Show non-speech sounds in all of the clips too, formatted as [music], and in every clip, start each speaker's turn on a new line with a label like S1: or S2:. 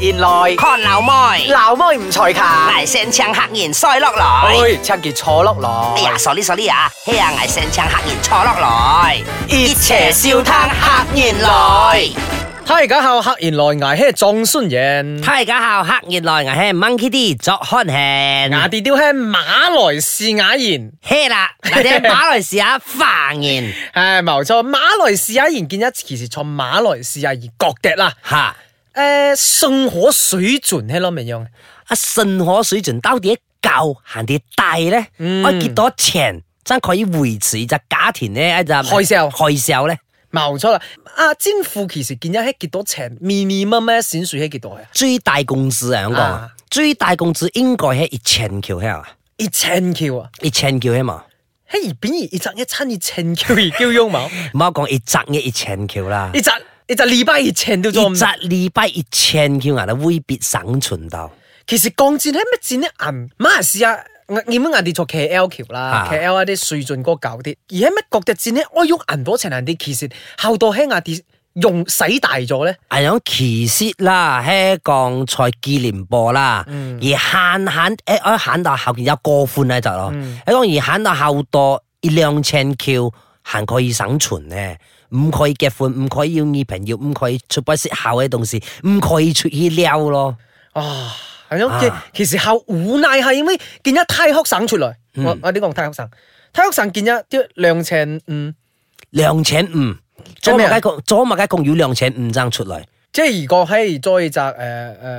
S1: 現來，
S2: 看老妹，
S1: 鬧妹唔才勤。
S2: 捱聲唱客言衰落來。
S1: 哎，趁件坐落
S2: 哎呀
S1: 來，
S2: ，sorry sorry 啊，嘿啊，捱聲唱客言錯落來。
S1: 熱
S2: 邪笑嘆客言來。
S3: 嗨，家下客言來捱嘿撞孫人。
S2: 嗨，家下客言來，捱嘿 monkey D 作看
S3: 牙
S2: 慶。
S3: 地雕嘿馬來西亞言，
S2: 嘿啦，我哋馬來西亞方言。
S3: 唉冇錯，馬來西亞言見一其實從馬來西亞而覺嘅啦。
S2: 吓，
S3: 誒，信可水準係咯，咪樣。
S2: 啊，信可水準到底夠行啲低咧？
S3: 嗯
S2: 我幾多錢真可以維持隻價錢咧？一隻
S3: 開銷
S2: 開銷咧，
S3: 冇錯啦。啊，政府其實見一係幾多錢，minimum 咧閃水係幾多啊？
S2: 最大工資啊，香港
S3: 啊
S2: 最大工資應該係一千橋係嘛？
S3: 一千 Q 啊，
S2: 一千橋係嘛？
S3: 喺而邊而一陣一餐一千 Q 而叫用冇，
S2: 唔好講一集嘅一千橋啦，
S3: 一陣一陣禮拜一千都
S2: 一
S3: 做唔
S2: 集。禮拜一千橋啊，都未必生存到。
S3: 其實鋼戰喺乜戰咧？銀馬來西亞你們銀啲做 K L 橋啦
S2: 啊
S3: ，K L 一啲水準高搞啲，而喺乜國際戰咧？我用銀多錢銀啲，其實後到喺亞啲用使大咗咧，
S2: 係講其實啦，喺講在紀念波啦，
S3: 嗯
S2: 而限限誒，我限哎到後邊有過寬喺度咯。
S3: 嗯
S2: 喺講而限到後多一兩千 Q，限可以生存咧，唔可以結婚，唔可以要女朋友，唔可以出不識考嘅東西，唔可以出去撩咯。
S3: 啊，係咯，其
S2: 啊
S3: 其實後無奈係因為見一泰學省出來，我我啲講泰學省，泰學省見一啲兩千五，
S2: 兩千五，
S3: 做
S2: 左
S3: 咩
S2: 物
S3: 啊
S2: 雞共左物雞共要兩千五爭出嚟，
S3: 即係如果喺再就誒誒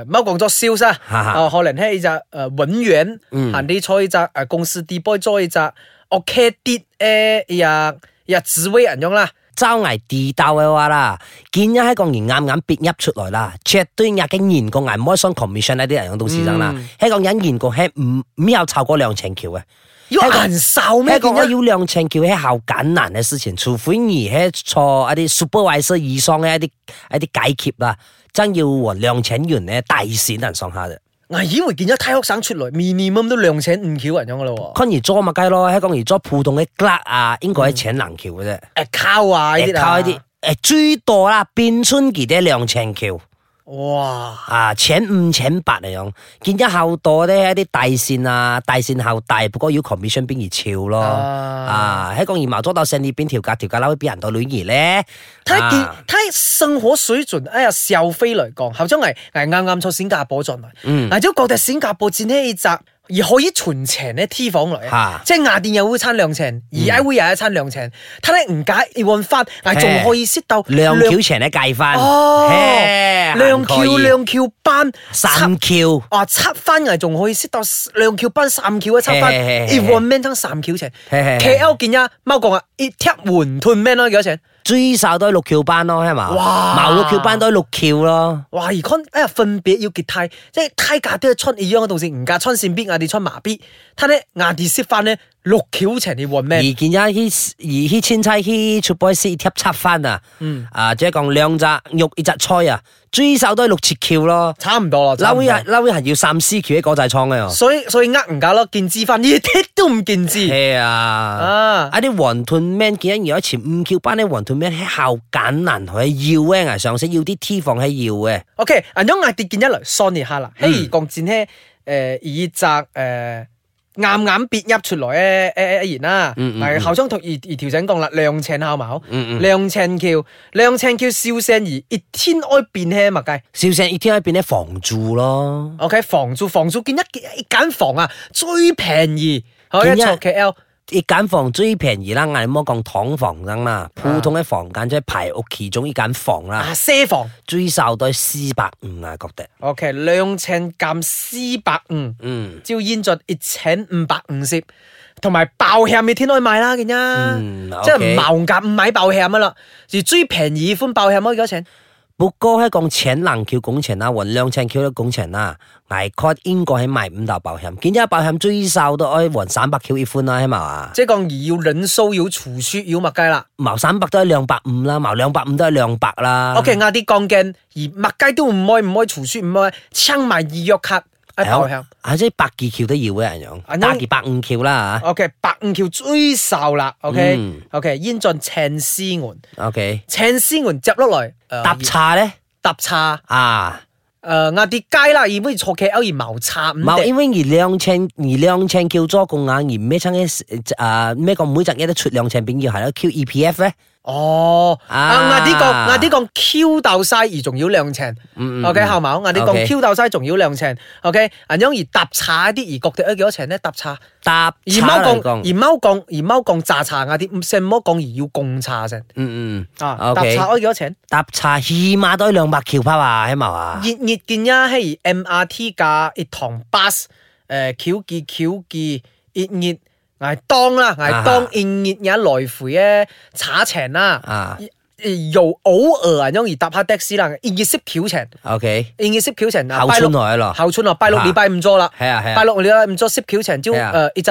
S3: 某呃講咗 sales 啊，
S2: 哈哈嗯
S3: 啊可能喺就誒揾員，行啲再就誒呃公司啲 boy 再就呃 OK 啲誒呀呀紫薇人樣啦。
S2: 周危地道嘅話啦，見一喺個人啱啱別入出來啦，絕對壓嘅研究挨唔開 commission 啊呢啲人用到市場啦，喺個人研究係唔唔有超過兩千啊橋嘅。
S3: 要
S2: 香港
S3: 人手咩？
S2: 喺個
S3: 見
S2: 我
S3: 一
S2: 要兩千橋係好簡難嘅事情，除非你係坐一啲 supervisor 以上嘅一啲一啲解決啦，真要和兩千元咧大線人上下嘅。
S3: 我啊以為見咗泰國省出來 minimum 都兩千五橋人樣噶啦喎。
S2: con 而做咪雞咯，喺講而做普通嘅 glass 啊，應該係請能橋嘅啫。
S3: 誒靠啊！呢
S2: 誒
S3: 啲
S2: 靠
S3: 啊
S2: 一啲，誒最多啦，變春期啲兩千橋
S3: 哇！
S2: 啊，請五請八嚟樣，見咗後多咧一啲大線啊，大線後大，不過要 commission 邊而超咯。
S3: 啊
S2: 啊，喺講而矛咗到上呢邊條價條價撈俾人到女兒咧，
S3: 睇見
S2: 啊
S3: 睇生活水準，哎呀，消費嚟講，後將嚟係哎啱啱從新加坡哎進來，
S2: 嗯
S3: 嗱，只覺得新加坡戰呢一集而可以存錢咧 T 房嚟
S2: 嚇，嗯
S3: 即係雅典有一餐兩錢，而 I 會有一餐兩錢，睇你唔解要揾翻，係仲可以識到
S2: 兩橋前咧計翻，
S3: 哦
S2: 嘿
S3: 兩
S2: 行可
S3: 橋
S2: 以
S3: 兩橋班
S2: 三橋。
S3: 啊，七番藝仲可以識到兩橋班三橋啊，七番
S2: 嘿嘿
S3: 一
S2: 嘿嘿
S3: one man ทั้งสาม橋程
S2: 嘿嘿
S3: ，K L 見呀，貓講啊，一踢換斷 man 咯幾多錢？
S2: 最少都係六橋班咯，係嘛？
S3: 哇
S2: 茅六橋班都係六橋咯。
S3: 哇！而 con 哎呀，分別要結泰，即係泰價都係穿一樣嘅東西，唔價穿線邊，我哋穿麻邊。睇咧，我哋識翻咧六橋情你換
S2: 而
S3: 咩？
S2: 見而而千妻去出波先貼七翻啊！啊，即係講兩隻肉一隻菜啊，最少都係六切橋咯。
S3: 差唔多啦，差唔多
S2: 嬲一嬲一係要三思橋喺國際倉嘅喎。
S3: 所以所以呃唔價咯，見知翻 [laughs] 一啲都唔見知
S2: 係啊！
S3: 啊！
S2: 啊啲雲吞麵見而家前五橋班啲雲吞麵喺後簡難佢要嘅，係上色要啲 T 房係要嘅。
S3: OK，銀樣我哋見一嚟 Sony 下啦，嘿，講戰咧誒以擲誒。啱啱別入出來誒誒一言啦，
S2: 嗯嗯
S3: 係後生同而而調整講啦，兩尺口冇，
S2: 嗯嗯，
S3: 兩尺橋，兩尺橋笑聲而一天愛變輕物計。
S2: 少聲一天喺邊咧房住咯。
S3: OK，房租房租見一一間房啊，最便宜，好
S2: 見
S3: 一
S2: 一
S3: 坐 KL
S2: 一間房最便宜啦，我哋唔好講躺房咁啦，普通嘅房間即係排屋其中一間房啦
S3: 啊，，些房。
S2: 最少都係四百五啊，覺得。
S3: OK，兩千減四百五，
S2: 嗯，
S3: 照現在一千五百五十，同埋爆險嘅天可以買啦，見呀，
S2: 嗯
S3: 即係
S2: OK
S3: 冇價唔買爆險啊啦，而最便宜款爆險可以幾多錢？
S2: 不過喺講請能橋工程啦，或兩千橋嘅工程啦，挨 cut 應該係賣五道保險，見咗保險最少都可以還三百橋一款啦，係嘛？
S3: 即係講而要忍數要儲蓄要物計啦。
S2: 毛三百都係兩百五啦，毛兩百五都係兩百啦。
S3: OK，啱啲鋼鏡而物計都唔可以唔可以儲蓄，唔可以撐埋二約卡啊
S2: 係啊
S3: 爆險。
S2: 啊，即係百二橋都要嘅人
S3: 啊
S2: 樣，百二百五橋啦
S3: OK，百五橋最受啦。OK，OK，、
S2: 嗯
S3: 現在請司門，
S2: 吓。OK，
S3: 請司門接落來，呃
S2: 搭叉咧
S3: 搭叉
S2: 啊，
S3: 呃壓啲街啦，而唔可以坐 K L 而茅叉五
S2: 冇，
S3: 地，
S2: 因為而兩尺而兩尺叫咗共硬，而咩親嘅啊咩個每隻嘢都出兩尺變要係咯，Q E P F 咧，
S3: 哦，
S2: 啊
S3: 啊壓啲講壓啲講 Q 鬥晒而仲要兩程
S2: 嗯
S3: ，OK 後冇壓啲
S2: OK
S3: 講 Q 鬥晒仲要兩程，OK，銀樣而搭叉啲而覺得誒幾多程咧搭叉，
S2: 搭
S3: 而貓
S2: 嚟
S3: 講
S2: 講，
S3: 而貓講而貓講炸叉壓啲，唔使唔好講而要共叉先，
S2: 嗯嗯
S3: 啊搭
S2: ，OK，
S3: 叉開幾多程？
S2: 搭茶起碼都兩百橋拋啊，喺冇啊，
S3: 熱熱見呀，嘿 MRT 架熱堂 bus，誒橋記橋記熱熱，捱當啦，捱當
S2: 啊
S3: 熱熱也來回咧查程啦，
S2: 啊
S3: 誒又偶爾啊，因而搭下的士啦，熱熱識橋程，
S2: ，OK，
S3: 熱熱識橋程啊，
S2: 後
S3: 拜
S2: 村
S3: 六
S2: 來咯，
S3: 後春啊，拜六
S2: 啊
S3: 禮拜五咗啦，
S2: 係啊係啊
S3: 拜，六禮拜五咗識橋程，朝
S2: 係啊
S3: 誒一集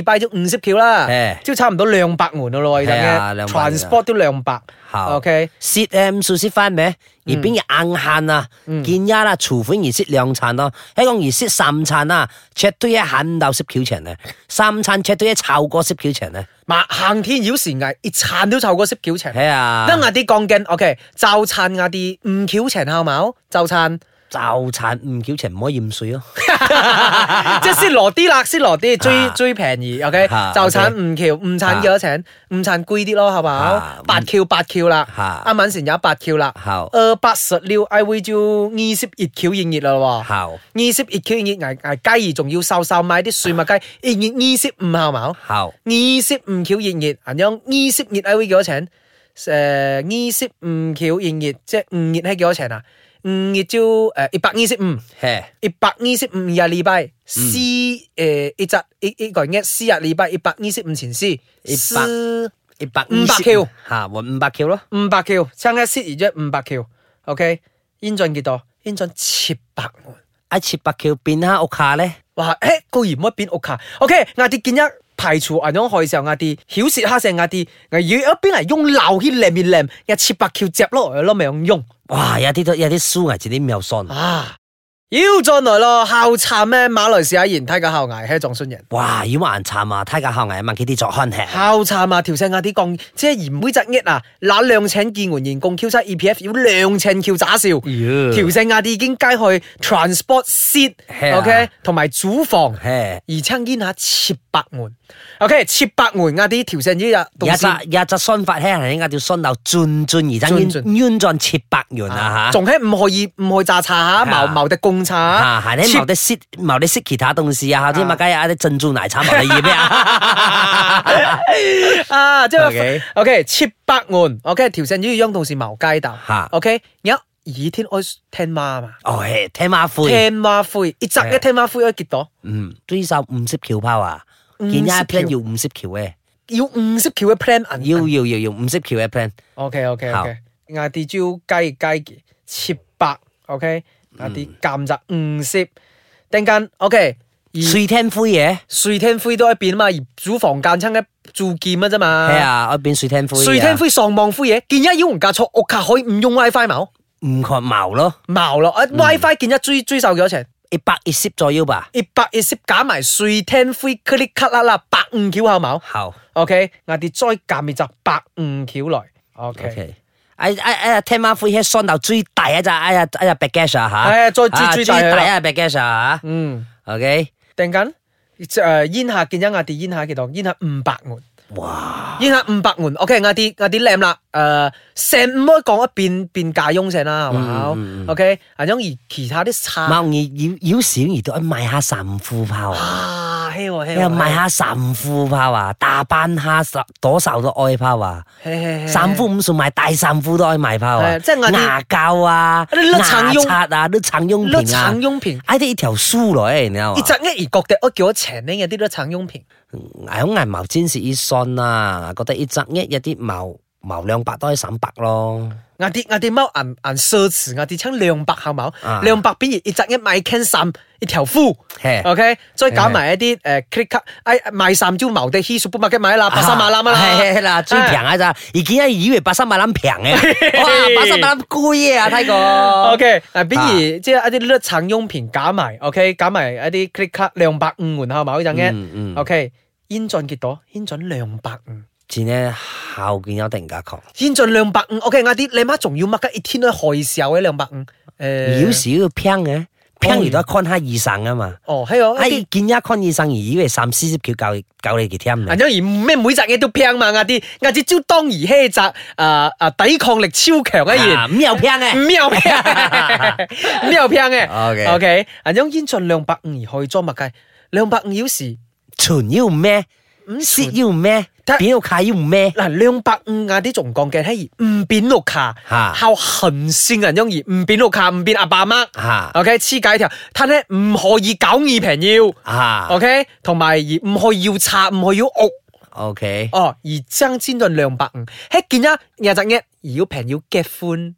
S3: 禮拜朝五識橋啦
S2: 係，
S3: 朝差唔多兩百門咯喎，已經
S2: 係啊兩百門啊
S3: transport 都兩百
S2: 好
S3: ，OK，
S2: 蝕誒五數蝕翻咩？而邊嘅硬限啊，
S3: 嗯
S2: 見一啦，除款而蝕兩餐咯，香港而蝕三餐啊，check 到一限到蝕橋場咧，三餐 check 到一炒過蝕橋場咧，
S3: 嘛行天繞時捱，一餐都湊過識橋程。
S2: 係啊，
S3: 因為啲講緊，OK，就撐嗰啲唔橋情效冇，就
S2: [laughs]
S3: 撐，
S2: 就餐唔橋場唔可以唔水哦咯，
S3: 即係先落啲啦，先落啲，最
S2: 啊
S3: 最便宜，OK，
S2: 啊
S3: 就撐
S2: OK
S3: 唔橋，唔撐幾多錢？唔撐貴啲咯，好
S2: 啊
S3: 冇？八橋八橋啦
S2: 啊，
S3: 啱啱先有八橋啦，
S2: 好
S3: 二八十六，I will 就二十熱橋熱熱啦喎。
S2: 好
S3: 二十熱橋熱捱捱雞，仲要瘦瘦買啲蒜麥雞，熱熱二十五效冇？
S2: 好
S3: 二十五橋現熱，銀樣二十熱係會幾多呃錢？誒、二十五橋現熱，即係五熱係幾多錢啊？五熱招誒一百二十五，
S2: 嘿，
S3: 一百二十五日禮拜，四誒一集一一個月四日禮拜一百二十五前四，
S2: 100
S3: 四
S2: 一百
S3: 五百橋
S2: 嚇，揾五百橋咯，
S3: 五百橋，差一四而家五百橋，OK，英俊幾多？英俊七百喎。
S2: 一切啊百橋變下屋卡咧，
S3: 哇！誒，固然冇一邊屋卡，OK，我哋見一排除銀樣害上我哋曉舌黑成我哋，我要一邊嚟用鬧去舐面舐，一切白橋接落嚟咯，咪用用
S2: 哇！有啲都有啲書危自己唔有信，
S3: 啊！妖再來咯，校查咩？馬來西亞人睇嘅校牙係藏信人。
S2: 哇！要話人慘啊，睇下後危問佢啲作看吃，
S3: 校查嘛，條聲亞啲講，即係而每隻一啊，那兩請見援員共 Q 七 EPF 要兩請 Q 渣笑，條聲亞啲已經街去 transport seat，OK，、
S2: 係啊
S3: 同埋主房。
S2: 嘿。
S3: 而青煙下切白門，OK，切白門啊啲條線呢啊，
S2: 有一隻有一隻信法聽人家叫信到轉轉而真冤
S3: 轉
S2: 冤狀切百元啊嚇！
S3: 仲係唔可以唔可以炸茶下，
S2: 啊
S3: 矛矛的共茶
S2: 啊，係咧，冇得識，冇得識其他東西啊！啲乜雞啊，啲珍珠奶茶冇得飲咩啊？
S3: [laughs] 啊，即
S2: OK
S3: 係 OK 切白門，OK 條線呢央同是矛街道
S2: 嚇
S3: ，OK 一二天愛聽媽嘛，
S2: 哦，係聽馬灰，
S3: 聽媽灰，一集
S2: 係啊
S3: 一聽媽灰可以幾多？
S2: 嗯，呢首五色橋拋啊，
S3: 五色
S2: 見一
S3: 橋
S2: plan 要五色橋嘅，
S3: 要五十條嘅 plan 銀
S2: 要要要要五色橋嘅 plan，
S3: ，OK OK
S2: 好
S3: OK，我哋招雞雞切白，OK，我哋監察五十，等間 OK。而
S2: 水聽灰嘢，
S3: 水天灰都一邊嘛，而主房間親一做劍啊啫嘛。
S2: 係，啊，我變水聽灰啊，
S3: 水天灰喪望灰嘢，見一要唔嫁錯，屋卡可以唔用 WiFi 冇？
S2: 唔確矛咯，
S3: 冇咯，啊 WiFi 見一追追售幾多錢？
S2: 一百一攝左右吧，
S3: 一百二十加埋水天灰 click cut 啦啦，百五橋下冇
S2: 好。
S3: ？OK，我哋再減咪就百五橋來。OK，
S2: OK，哎哎哎呀，聽晚灰黑上到最大一隻，哎呀哎呀 big gas 啊吓，
S3: 哎呀再最
S2: 啊
S3: 最
S2: 最
S3: 大佢啦
S2: 大一 big gas 啊
S3: 嗯，
S2: 吓，OK，
S3: 定緊誒煙下見一我哋煙下幾多？煙下五百門。
S2: 哇，
S3: 依家五百門，OK，啱啲啱啲靚啦。誒，成唔可以講一變變價翁成啦，係
S2: 嗯嗯嗯
S3: 嘛？OK，啊，因而其他啲差
S2: 貓兒要要小兒都買下神褲炮啊，
S3: 啊，嘿喎嘿
S2: 又
S3: 喎，
S2: 買下神褲炮啊，大班下十多少都愛炮啊，
S3: 嘿，嘿嘿
S2: 三褲五數買大三褲都愛買炮啊，
S3: 係即係我哋
S2: 牙膠啊，
S3: 你甩
S2: 牙
S3: 橙翁
S2: 刷啊，都橙用
S3: 呢
S2: 片啊
S3: 橙，翁片，
S2: 哎啲一條梳來，你知道
S3: 一
S2: 嘛？
S3: 隻一而覺得我叫咗長呢，有啲都橙翁片，
S2: 喺銀毛尖是一信啊，覺得一隻一有啲毛毛兩百都係省百咯。
S3: 啱啲啱啲貓銀銀奢侈，啱啲稱兩百係
S2: 啊
S3: 冇？兩百邊而一隻一買 can 衫一條褲
S2: 嘿
S3: ，OK，再搞埋一啲誒 click cut，哎買衫招毛地 he supermarket 買啦，八三馬攬啊啦。
S2: 係啦，最平啊咋？而家以為八三
S3: [laughs]
S2: 八攬平嘅，哇，八三八攬貴啊，睇過。
S3: O K，嗱，比如即係一啲日常用品加埋，O K，加埋一啲 click 卡兩百五門口買嗰陣嘅
S2: 嗯嗯
S3: ，O K，煙準幾多？煙準兩百五，
S2: 前呢後見有定價狂，
S3: 煙準兩百五，O K，啱啲你媽仲要乜嘅？一天都害少嘅兩百五，誒
S2: 有時要平嘅，平完都看下醫生啊嘛。
S3: 哦，喺個
S2: 哎
S3: 一啲，
S2: 見一看醫生而以為三四十條教教你嘅聽
S3: 啊
S2: 唔？
S3: 因為咩每集嘢都平嘛，亞啲亞啲招當而欺責，啊啊抵抗力超強啊！然
S2: 啊唔有平嘅，
S3: 喵平，
S2: [laughs]
S3: [laughs] 喵平嘅。
S2: OK
S3: OK，人種煙盡兩百五而去裝物計，兩百五小時。
S2: 存要咩？蝕要咩
S3: 但？
S2: 扁要卡要咩？
S3: 嗱，兩百五啊啲仲講嘅係唔變六卡，
S2: 嚇
S3: 靠行線人種而唔變六卡，唔變阿爸媽。
S2: 嚇
S3: OK，黐解條，但係唔可以搞二平要。
S2: 嚇
S3: OK，同埋而唔可以要拆，唔可以要屋。
S2: ，OK。
S3: 哦，而爭先進兩百五，喺見一廿隻一，而要平要結歡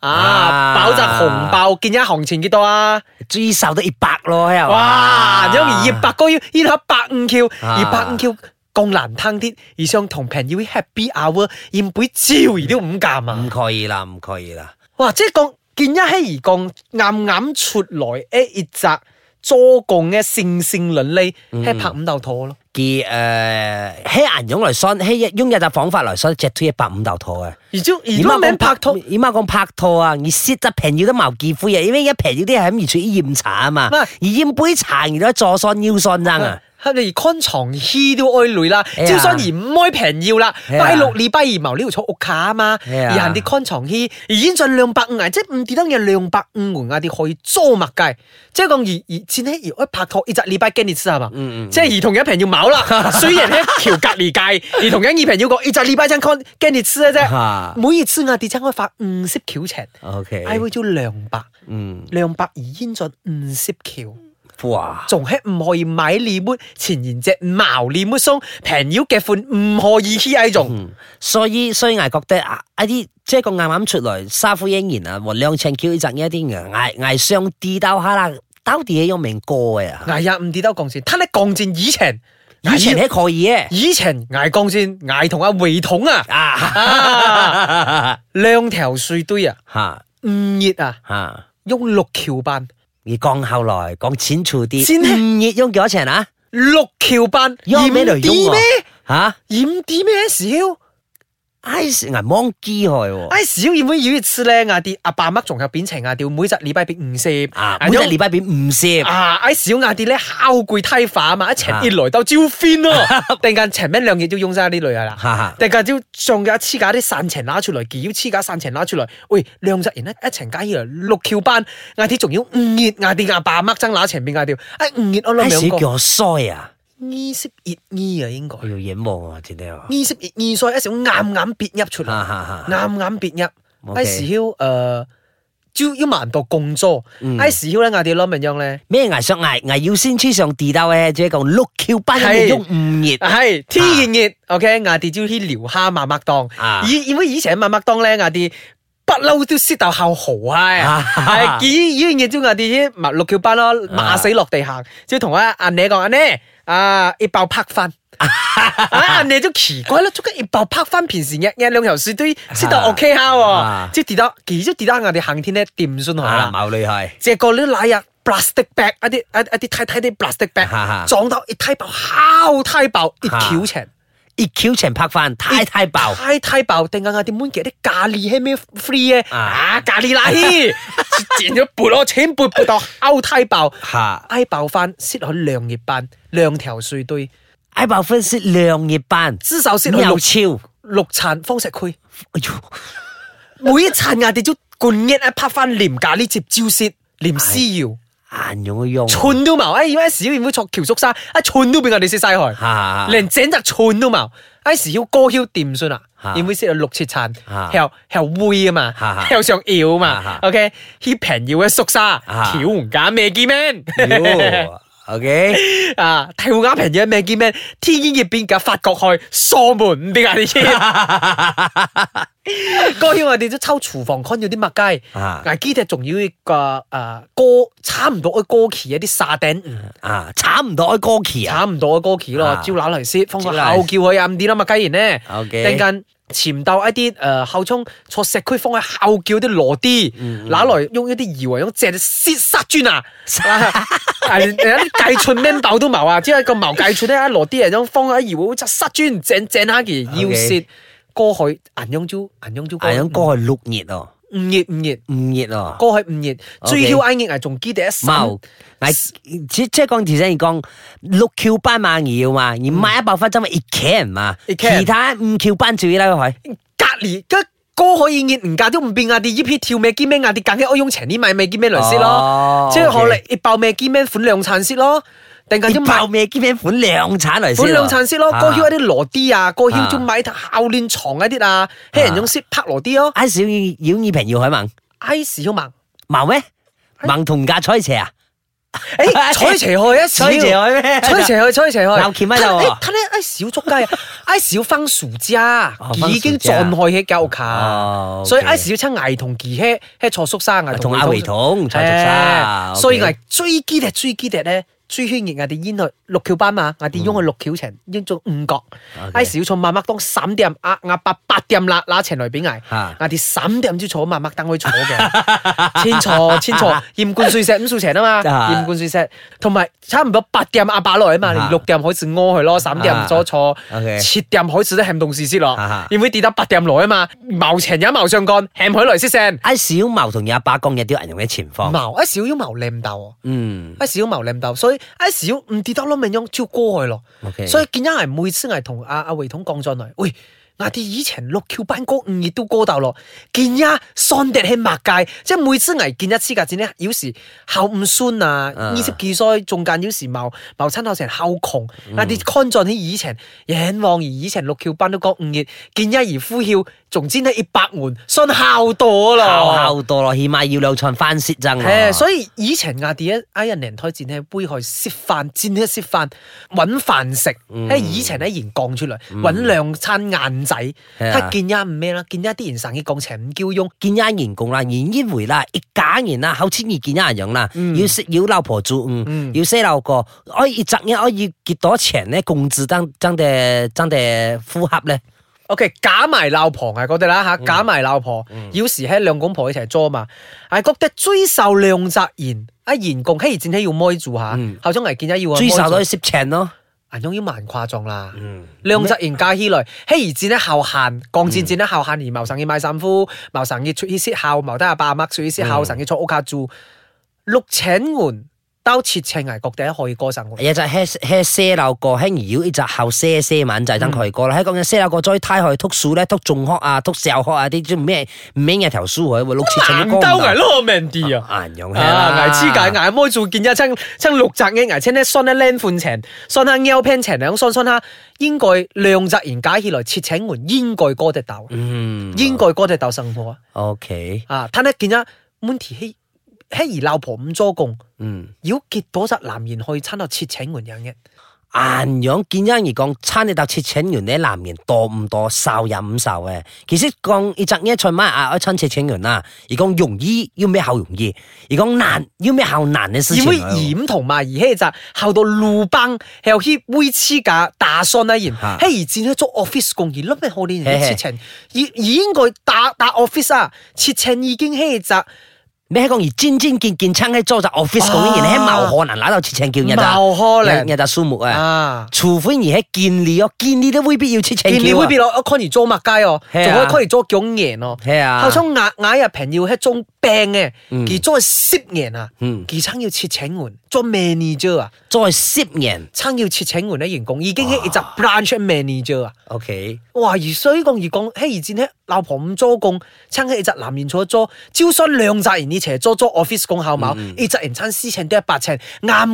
S3: 啊，
S2: 啊
S3: 爆炸紅爆，見一行情幾多啊？
S2: 最少都一百咯，係嘛？
S3: 哇！因為二百個要要到一百五 Q，
S2: 啊
S3: 二百五 Q 更難聽啲，而上同平要 happy hour，而每朝而都五減啊！
S2: 唔可以啦，唔可以啦。
S3: 哇！即係講見一起而講啱啱出來誒一集做共嘅性性倫理，係拍五豆拖咯。
S2: 佢誒喺銀用嚟信，喺用一隻方法嚟信，只推一百五頭套嘅。
S3: 而朝而都名拍拖，唔
S2: 而家講拍拖啊，而蝕得平要都冇結婚啊，因為一平要啲係咁而處於飲茶啊嘛，
S3: 唔係
S2: 而飲杯茶而都助信腰信爭啊。
S3: 係呃你而 con 床 he 都愛累啦，
S2: 哎呀
S3: 招商而唔愛平要啦，
S2: 哎呀
S3: 拜六禮拜二謀呢條坐屋卡啊嘛，
S2: 哎呀
S3: 而行啲 con 床 he，而已經盡兩百五啊，即係唔跌得嘅兩百五門啊啲可以租麥計，即係講而而前呢而一拍拖，一集禮拜驚你知係嘛？
S2: 嗯嗯
S3: 即係兒童一平要冇
S2: [laughs]
S3: 啦，雖然咧橋隔離界，兒童一二平要講一集禮拜真 con 驚你知嘅啫
S2: 嚇，
S3: 每次我哋真開發五十橋程，
S2: OK，
S3: I 會做兩百，
S2: 嗯，
S3: 兩百而應盡五十橋。
S2: 哇，
S3: 仲係唔可以買禮物，前言只毛禮物送平妖嘅款唔可以起嗌種。
S2: 嗯，所以所以我覺得啊，一啲即係個啱啱出來沙夫英然啊，和兩千叫呢陣一啲嘅，嗌嗌上地道下啦，到底係用名歌嘅啊，
S3: 捱呀唔跌得鋼線，睇你鋼線以前，
S2: 以前係可以嘅
S3: 以前捱鋼線捱同阿維桶啊，
S2: 啊，
S3: 兩條水堆啊，
S2: 嚇
S3: 唔熱啊，
S2: 嚇。
S3: 用六橋辦，
S2: 你講後來講淺處啲，
S3: 先
S2: 唔熱用幾多錢啊？
S3: 六橋辦，
S2: 用咩嚟
S3: 染
S2: 用
S3: 啲
S2: 啊
S3: 咩？
S2: 吓，
S3: 染啲咩少？
S2: 唉，銀芒機害喎，
S3: 唉少染會要次咧，嗌啲阿爸乜仲有扁情嗌掉，每隻禮拜俾五十
S2: 啊，每隻禮拜俾五十，
S3: 啊！喺小亞啲咧烤攰梯化啊嘛，一程熱來到招飛咯， [laughs] 突然間前面兩嘢都用晒呢類啊啦。
S2: 哈哈，
S3: 突然間要上架黐架啲散程拉出來，幾要黐架散程拉出來，喂，兩隻人咧一程加起來六橋班，嗌啲仲要五熱，嗌啲阿爸乜爭乸前邊嗌條，哎五熱我攞
S2: 唉，
S3: 兩
S2: 小
S3: 個，
S2: 腳衰啊，
S3: 二十熱二啊應該，
S2: 我要影望啊，真係啊，
S3: 二十熱二所以一時啱啱別入出嚟，
S2: 哈哈哈，
S3: 啱啱別入。
S2: OK
S3: 喺時要誒，朝要萬度共租，喺時要咧嗌啲攞命樣咧。
S2: 咩牙上牙牙要先黐上地道嘅，即係講六橋班
S3: 係
S2: 嘅用唔熱，
S3: 系天然熱 o k 我哋朝去撩蝦麻麥檔
S2: 啊，
S3: 以因為以前嘅麥麥檔咧，我哋不嬲都識到後豪啊，
S2: 啊
S3: 係幾依樣嘢朝我哋啲麥六橋班咯，罵死落地行，朝同阿阿你講阿你啊，一爆拍
S2: [laughs]
S3: 翻。啊！你都奇怪啦，做緊一爆拍翻平時日日兩條水都識到
S2: 啊
S3: OK 下
S2: 啊
S3: 喎，即係跌到，其實跌到我哋行天咧掂酸下啦。
S2: 啊，冇厲害，
S3: 借個啲奶啊 plastic bag 一啲一一啲睇睇啲 plastic
S2: 哈哈
S3: bag 撞到一睇爆，敲睇爆，一
S2: 哈
S3: 橋情，
S2: 一橋全拍飯太太爆，
S3: 睇睇爆，定眼眼點滿嘅啲咖喱係咩 free 嘅
S2: 啊
S3: 啊咖喱奶，剪咗撥我錢撥撥到敲睇爆，
S2: 嚇，
S3: 挨爆翻，塞去兩葉班，兩條碎堆，
S2: 挨爆分析兩熱班，
S3: 至少塞去六
S2: 又超，
S3: 六層方石區，
S2: 哎呦，
S3: 每一層眼哋都灌一一拍翻廉咖喱接招舌，廉私瑤。
S2: 眼用都用，
S3: 串都冇，哎，而家時要唔會坐橋叔山，一串都俾我哋識晒去。
S2: 嚇，
S3: 連整隻串都冇，嗰時要歌曉掂算啦
S2: 嚇，
S3: 你會識有六切餐，
S2: 嚇
S3: 又又灰啊嘛
S2: 嚇嚇，
S3: 又上搖嘛
S2: 嚇
S3: ，OK，啲平要嘅縮沙，
S2: 嚇
S3: 跳唔假咩見 man
S2: 哟，OK。
S3: 啊，跳唔假平嘢咩見 man，天煙入邊嘅法國去鎖門唔啲啊啲煙，歌曉我哋都抽廚房 con 要啲麥雞，
S2: 啊
S3: 但係基仲要個誒歌差唔多嘅歌詞一啲沙頂唔
S2: 啊，差唔多歌期啊，
S3: 差唔多嘅歌詞咯
S2: 啊，
S3: 招攬嚟先，放個
S2: 招攬
S3: 後叫佢暗啲啦嘛，雞然咧。突
S2: OK，
S3: 然間潛到一啲誒後衝坐石區方去後叫啲羅啲，拿來用一啲搖啊，用隻切殺
S2: [laughs]
S3: 磚啊，啊連連一啲計寸 m e 都冇啊，只係個毛計寸咧，一羅啲人用方喺搖，隻殺磚正正下嘅要
S2: OK
S3: 切過去銀雍蕉銀雍蕉
S2: 啊，咁歌係六熱哦，
S3: 唔熱唔熱，
S2: 唔熱啊。
S3: 過去唔熱，
S2: OK
S3: 最要嗌熱係仲基地一身，
S2: 冇，嗱，即即係講條聲講六橋班嘛要嘛，而買一百分針咪 it can 嘛，
S3: It can
S2: 其他五橋班注意啦佢。
S3: 隔離嘅歌可以熱，唔嫁都唔變啊！啲依片跳咩兼咩啊！啲梗係我用前啲買咩兼咩嚟先咯，
S2: 哦
S3: 即係學
S2: OK
S3: 嚟熱爆咩兼咩款量產先咯，定係
S2: 你
S3: 要買
S2: 爆咩？兼咩款量產嚟先喎？
S3: 款量產先咯，歌
S2: 啊
S3: 曉一啲羅啲啊，歌
S2: 啊
S3: 曉仲買校練床嗰啲啊，黑人用 sit 拍羅啲咯
S2: 啊小魚妖耳平要海盲
S3: ，ice 曉盲，
S2: 盲咩？盲同架彩斜啊？
S3: 誒彩斜去一
S2: 彩斜
S3: 次。
S2: [laughs] 去咩？
S3: 吹邪去，吹邪去，
S2: 鬧鉗喺度喎
S3: 他呢，哎小足雞
S2: [laughs]
S3: 啊，哎小分薯渣
S2: 哦，分
S3: 已經
S2: 薯渣
S3: 撞害起教卡
S2: 哦，
S3: 所以
S2: OK
S3: 哎小親捱同忌吃吃錯宿生啊，
S2: 同阿維同蔡淑
S3: 哎
S2: 莎，
S3: 所以
S2: OK
S3: 係追基嘅追基嘅咧。追圈熱我哋煙去六橋斑馬，我哋用去六橋程，用做五角。
S2: OK
S3: 哎小錯慢慢當三點，壓壓八八點啦，嗱程來俾捱。
S2: 嚇
S3: 我哋三點先坐慢慢等佢坐嘅，千錯
S2: [laughs]
S3: 千錯，鹽罐碎石五素程啊嘛，
S2: 啊
S3: 鹽罐碎石，同埋差唔多八點阿爸落嚟啊嘛，
S2: 啊
S3: 你六點開始屙佢咯，三點唔左坐
S2: ，OK，
S3: 七點開始都喊動事先咯
S2: 啊啊，
S3: 要唔會跌到八點來啊嘛，矛前也矛上幹，喊佢嚟先哎先。
S2: 阿小矛同阿爸講有啲人用嘅前方，
S3: 矛一小要矛舐豆，
S2: 嗯
S3: 一小矛舐豆，所以一小唔跌得咯，咪用照過去咯。
S2: ，OK，
S3: 所以見一係每次係同阿阿維統講咗嚟，喂，我哋以前六橋班歌五月都歌到咯，見一喪跌喺麥界，即係每次係見一次架戰呢，有時後唔酸啊，
S2: 啊
S3: 二十幾歲中間有時冇冇親後成後窮，我哋看盡喺以前，仰望而以前六橋班都講五月，見一而呼叫，仲知呢一百門信孝多
S2: 孝
S3: 咯。
S2: 孝多咯，起碼要兩場翻雪爭
S3: 誒，
S2: 啊。
S3: 所以以前亞啲一挨人年推薦咧，杯去食飯，煎一食飯，揾飯食。
S2: 嗯
S3: 喺以前咧，現講出嚟揾兩餐晏仔，
S2: 係
S3: 睇
S2: 啊
S3: 見一唔咩啦，見一啲人生嘅講情唔叫用。
S2: 見一人共啦，然一回啦，一假然啦，好千二見一人樣啦，要識要老婆做嗯，要識老個，我一賺嘢我要幾多錢咧？共治爭爭嘅爭嘅呼合咧，
S3: OK，假埋鬧婆啊，嗰啲啦
S2: 嗯
S3: 嚇，假埋鬧婆，有時喺兩公婆一齊做嘛，係覺得追受兩責言，啊言共嘿戰起要妹做下
S2: 嗯，
S3: 後中危見一要啊
S2: 追手
S3: 妹
S2: 都
S3: 做
S2: 要識錢咯。
S3: 銀中要蠻誇張啦。
S2: 嗯，
S3: 兩隻人加起來，嘿而戰咧後限，降戰戰咧後限，而謀神要買衫褲，謀神要出去識孝，謀得阿爸阿媽出去識孝，神要坐屋企住。六請門兜切請危各地可以歌神喎。
S2: 有隻 hair hair 些老個，輕而妖一隻後些些晚就係爭佢個啦。喺講緊些老個再胎去篤樹咧，篤中學啊，篤小學啊啲即咩唔咩嘢頭書佢，會六次成
S3: 難
S2: 啲歌
S3: 兜危咯，Mandy 啊！
S2: 難用
S3: 啊！
S2: 啦，
S3: 危之解危魔做見一親親六隻嘅危青咧，雙一靚款情，雙下 L pen 情兩雙雙下，應該兩隻人加起來切請門，應該歌得鬥，
S2: 嗯
S3: 應該歌得鬥生活
S2: ，OK，
S3: 啊！睇得見啊，Mandy 嘿嘿而鬧婆唔做共。
S2: 嗯。
S3: 要結到實男人去餐到切請門樣嘅，
S2: 硬樣見人而講，餐你搭切請完呢男人多唔多受有唔受嘅？其實講一陣一出乜啊，一餐切請完啦，而講容易要咩後容易，而講難要咩後難嘅事
S3: 而
S2: 情
S3: 會
S2: 嚟喎。
S3: 染同埋而欺就後到路崩，又欺會黐架打傷啦，嫌
S2: 嚇
S3: 欺而戰咗做 office 工而諗咩好啲
S2: 嘿
S3: 人
S2: 嘿
S3: 切請，而而應該打打 office 啊，切請已經欺就
S2: 你喺講而尖尖見見撐喺租就 office 講啲人喺冇可能拿到切請叫人咋，
S3: 冇可能
S2: 人就數目啊，
S3: 啊。
S2: 除非而喺見你哦，見你都未必要切請叫
S3: 見
S2: 啊。
S3: 你會變咯，我 Connie 做麥街哦，仲
S2: 嘿
S3: 可
S2: 啊
S3: 以 Connie 做囧年哦。
S2: 係啊，
S3: 後生牙牙入平要喺種病嘅，
S2: 嗯
S3: 佢做十年啊，
S2: 嗯
S3: 佢撐要切請門，做 manager 啊，
S2: 再攝人
S3: 撐要切請門咧員工，已經係一隻 branch manager 啊。
S2: ，OK，
S3: 哇！而所以講而講，嘿而戰呢，老婆唔做工，撐起一隻男人坐咗，招商兩隻人以前做做 office 工效冇，
S2: 嗯
S3: 一隻人撐私情都一百尺，啱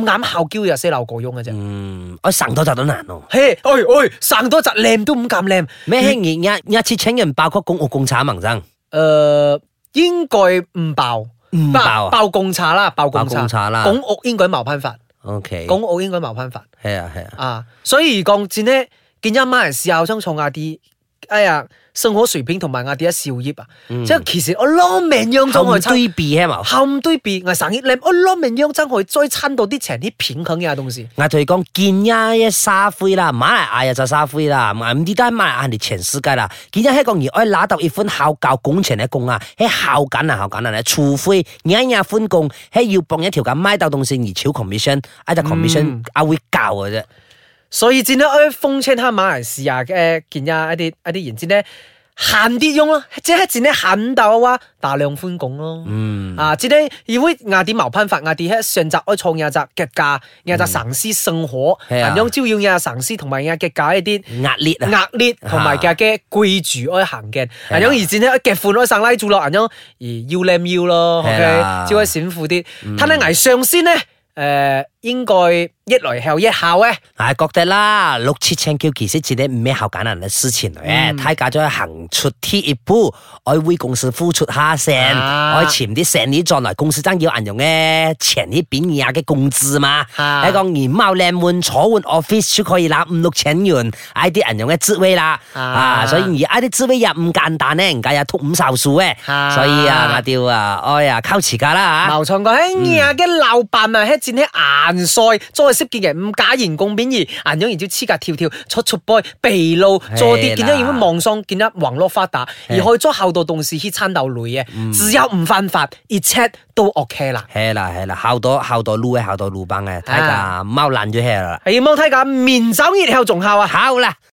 S3: 啱校嬌又死鬧過用嘅啫。
S2: 嗯，我省多就都難咯。
S3: 嘿，哎哎，生多隻靚都唔咁靚，
S2: 咩輕而一一次請人爆谷共我共產盟爭。
S3: 誒應該呃唔爆，
S2: 唔爆啊
S3: 爆共茶啦，爆共
S2: 爆
S3: 茶
S2: 共茶啦
S3: 拱屋應該冇辦法，
S2: O K，
S3: 拱屋應該冇辦法。
S2: 系啊系啊，
S3: 啊，所以講真咧，見一媽人試下想創亞啲，哎呀，生活水平同埋亞啲一少業啊，
S2: 嗯
S3: 即係其實我攞命樣將
S2: 後
S3: 佢撐，
S2: 對比系嘛？
S3: 後唔對比，我省啲靚，我攞命樣將佢再撐到啲情啲片咁嘅東西。
S2: 我同你講，見一一沙灰啦，馬來亞又就沙灰啦，唔知都係馬來亞人哋全世界啦。見一香港而我拿到一款孝教工程嘅工啊，喺孝緊啊孝緊啊咧，除非一日分工，喺要幫一條咁買到東西而超 commission，一隻 commission 啊會教嘅啫。
S3: 呃所以戰咧，我奉稱下馬來西亞嘅見一一啲一啲言戰咧，限啲用咯，即係真係限到啊，大量寬拱咯。
S2: 嗯，
S3: 啊，即係因為亞啲毛攀法亞啲喺上集我創亞集嘅價，亞集省思生活，
S2: 嗯係啊
S3: 人樣招要亞省思同埋亞嘅價一啲。
S2: 壓裂啊，
S3: 壓裂同埋嘅嘅跪住可以行嘅，
S2: 係啊
S3: 人樣而戰咧嘅款可以上拉住落，人樣而腰靚腰咯
S2: 係啦
S3: ，OK，只可以閃褲啲。睇你危上先咧，誒應該一來後一後咧。
S2: 係覺哎得啦，六七千 Q 其實真係唔咩好簡單嘅事情嚟
S3: 嗯
S2: 嘅，睇家咗行出第一步，我為公司付出下先，
S3: 啊
S2: 我前啲成年再來公司爭要銀用嘅前呢邊而家嘅工資嘛，哎
S3: 啊
S2: 喺個年貓靚換坐換 office 就可以拿五六千元，喺啲銀用嘅職位啦，
S3: 啊
S2: 啊，所以而家啲職位又唔簡單咧，人家又吐五壽數嘅，
S3: 啊
S2: 所以啊，我哋啊，哎呀，靠持家啦嚇。
S3: 茅場講喺呀嘅老闆啊，喺戰喺顏帥，再識見人唔假言共貶義，顏樣然之黐格跳跳，出出 boy 避路坐跌，見到如果望上見得橫落發達，而去咗後度同事去餐鬥女嘅，只有唔犯法，而且都 OK 啦。
S2: 係啦係啦，好多好多路嘅，好多路班嘅，睇下
S3: 啊
S2: 貓爛咗 hair 啦。
S3: 係要冇睇下面走熱後仲效啊！
S2: 好啦。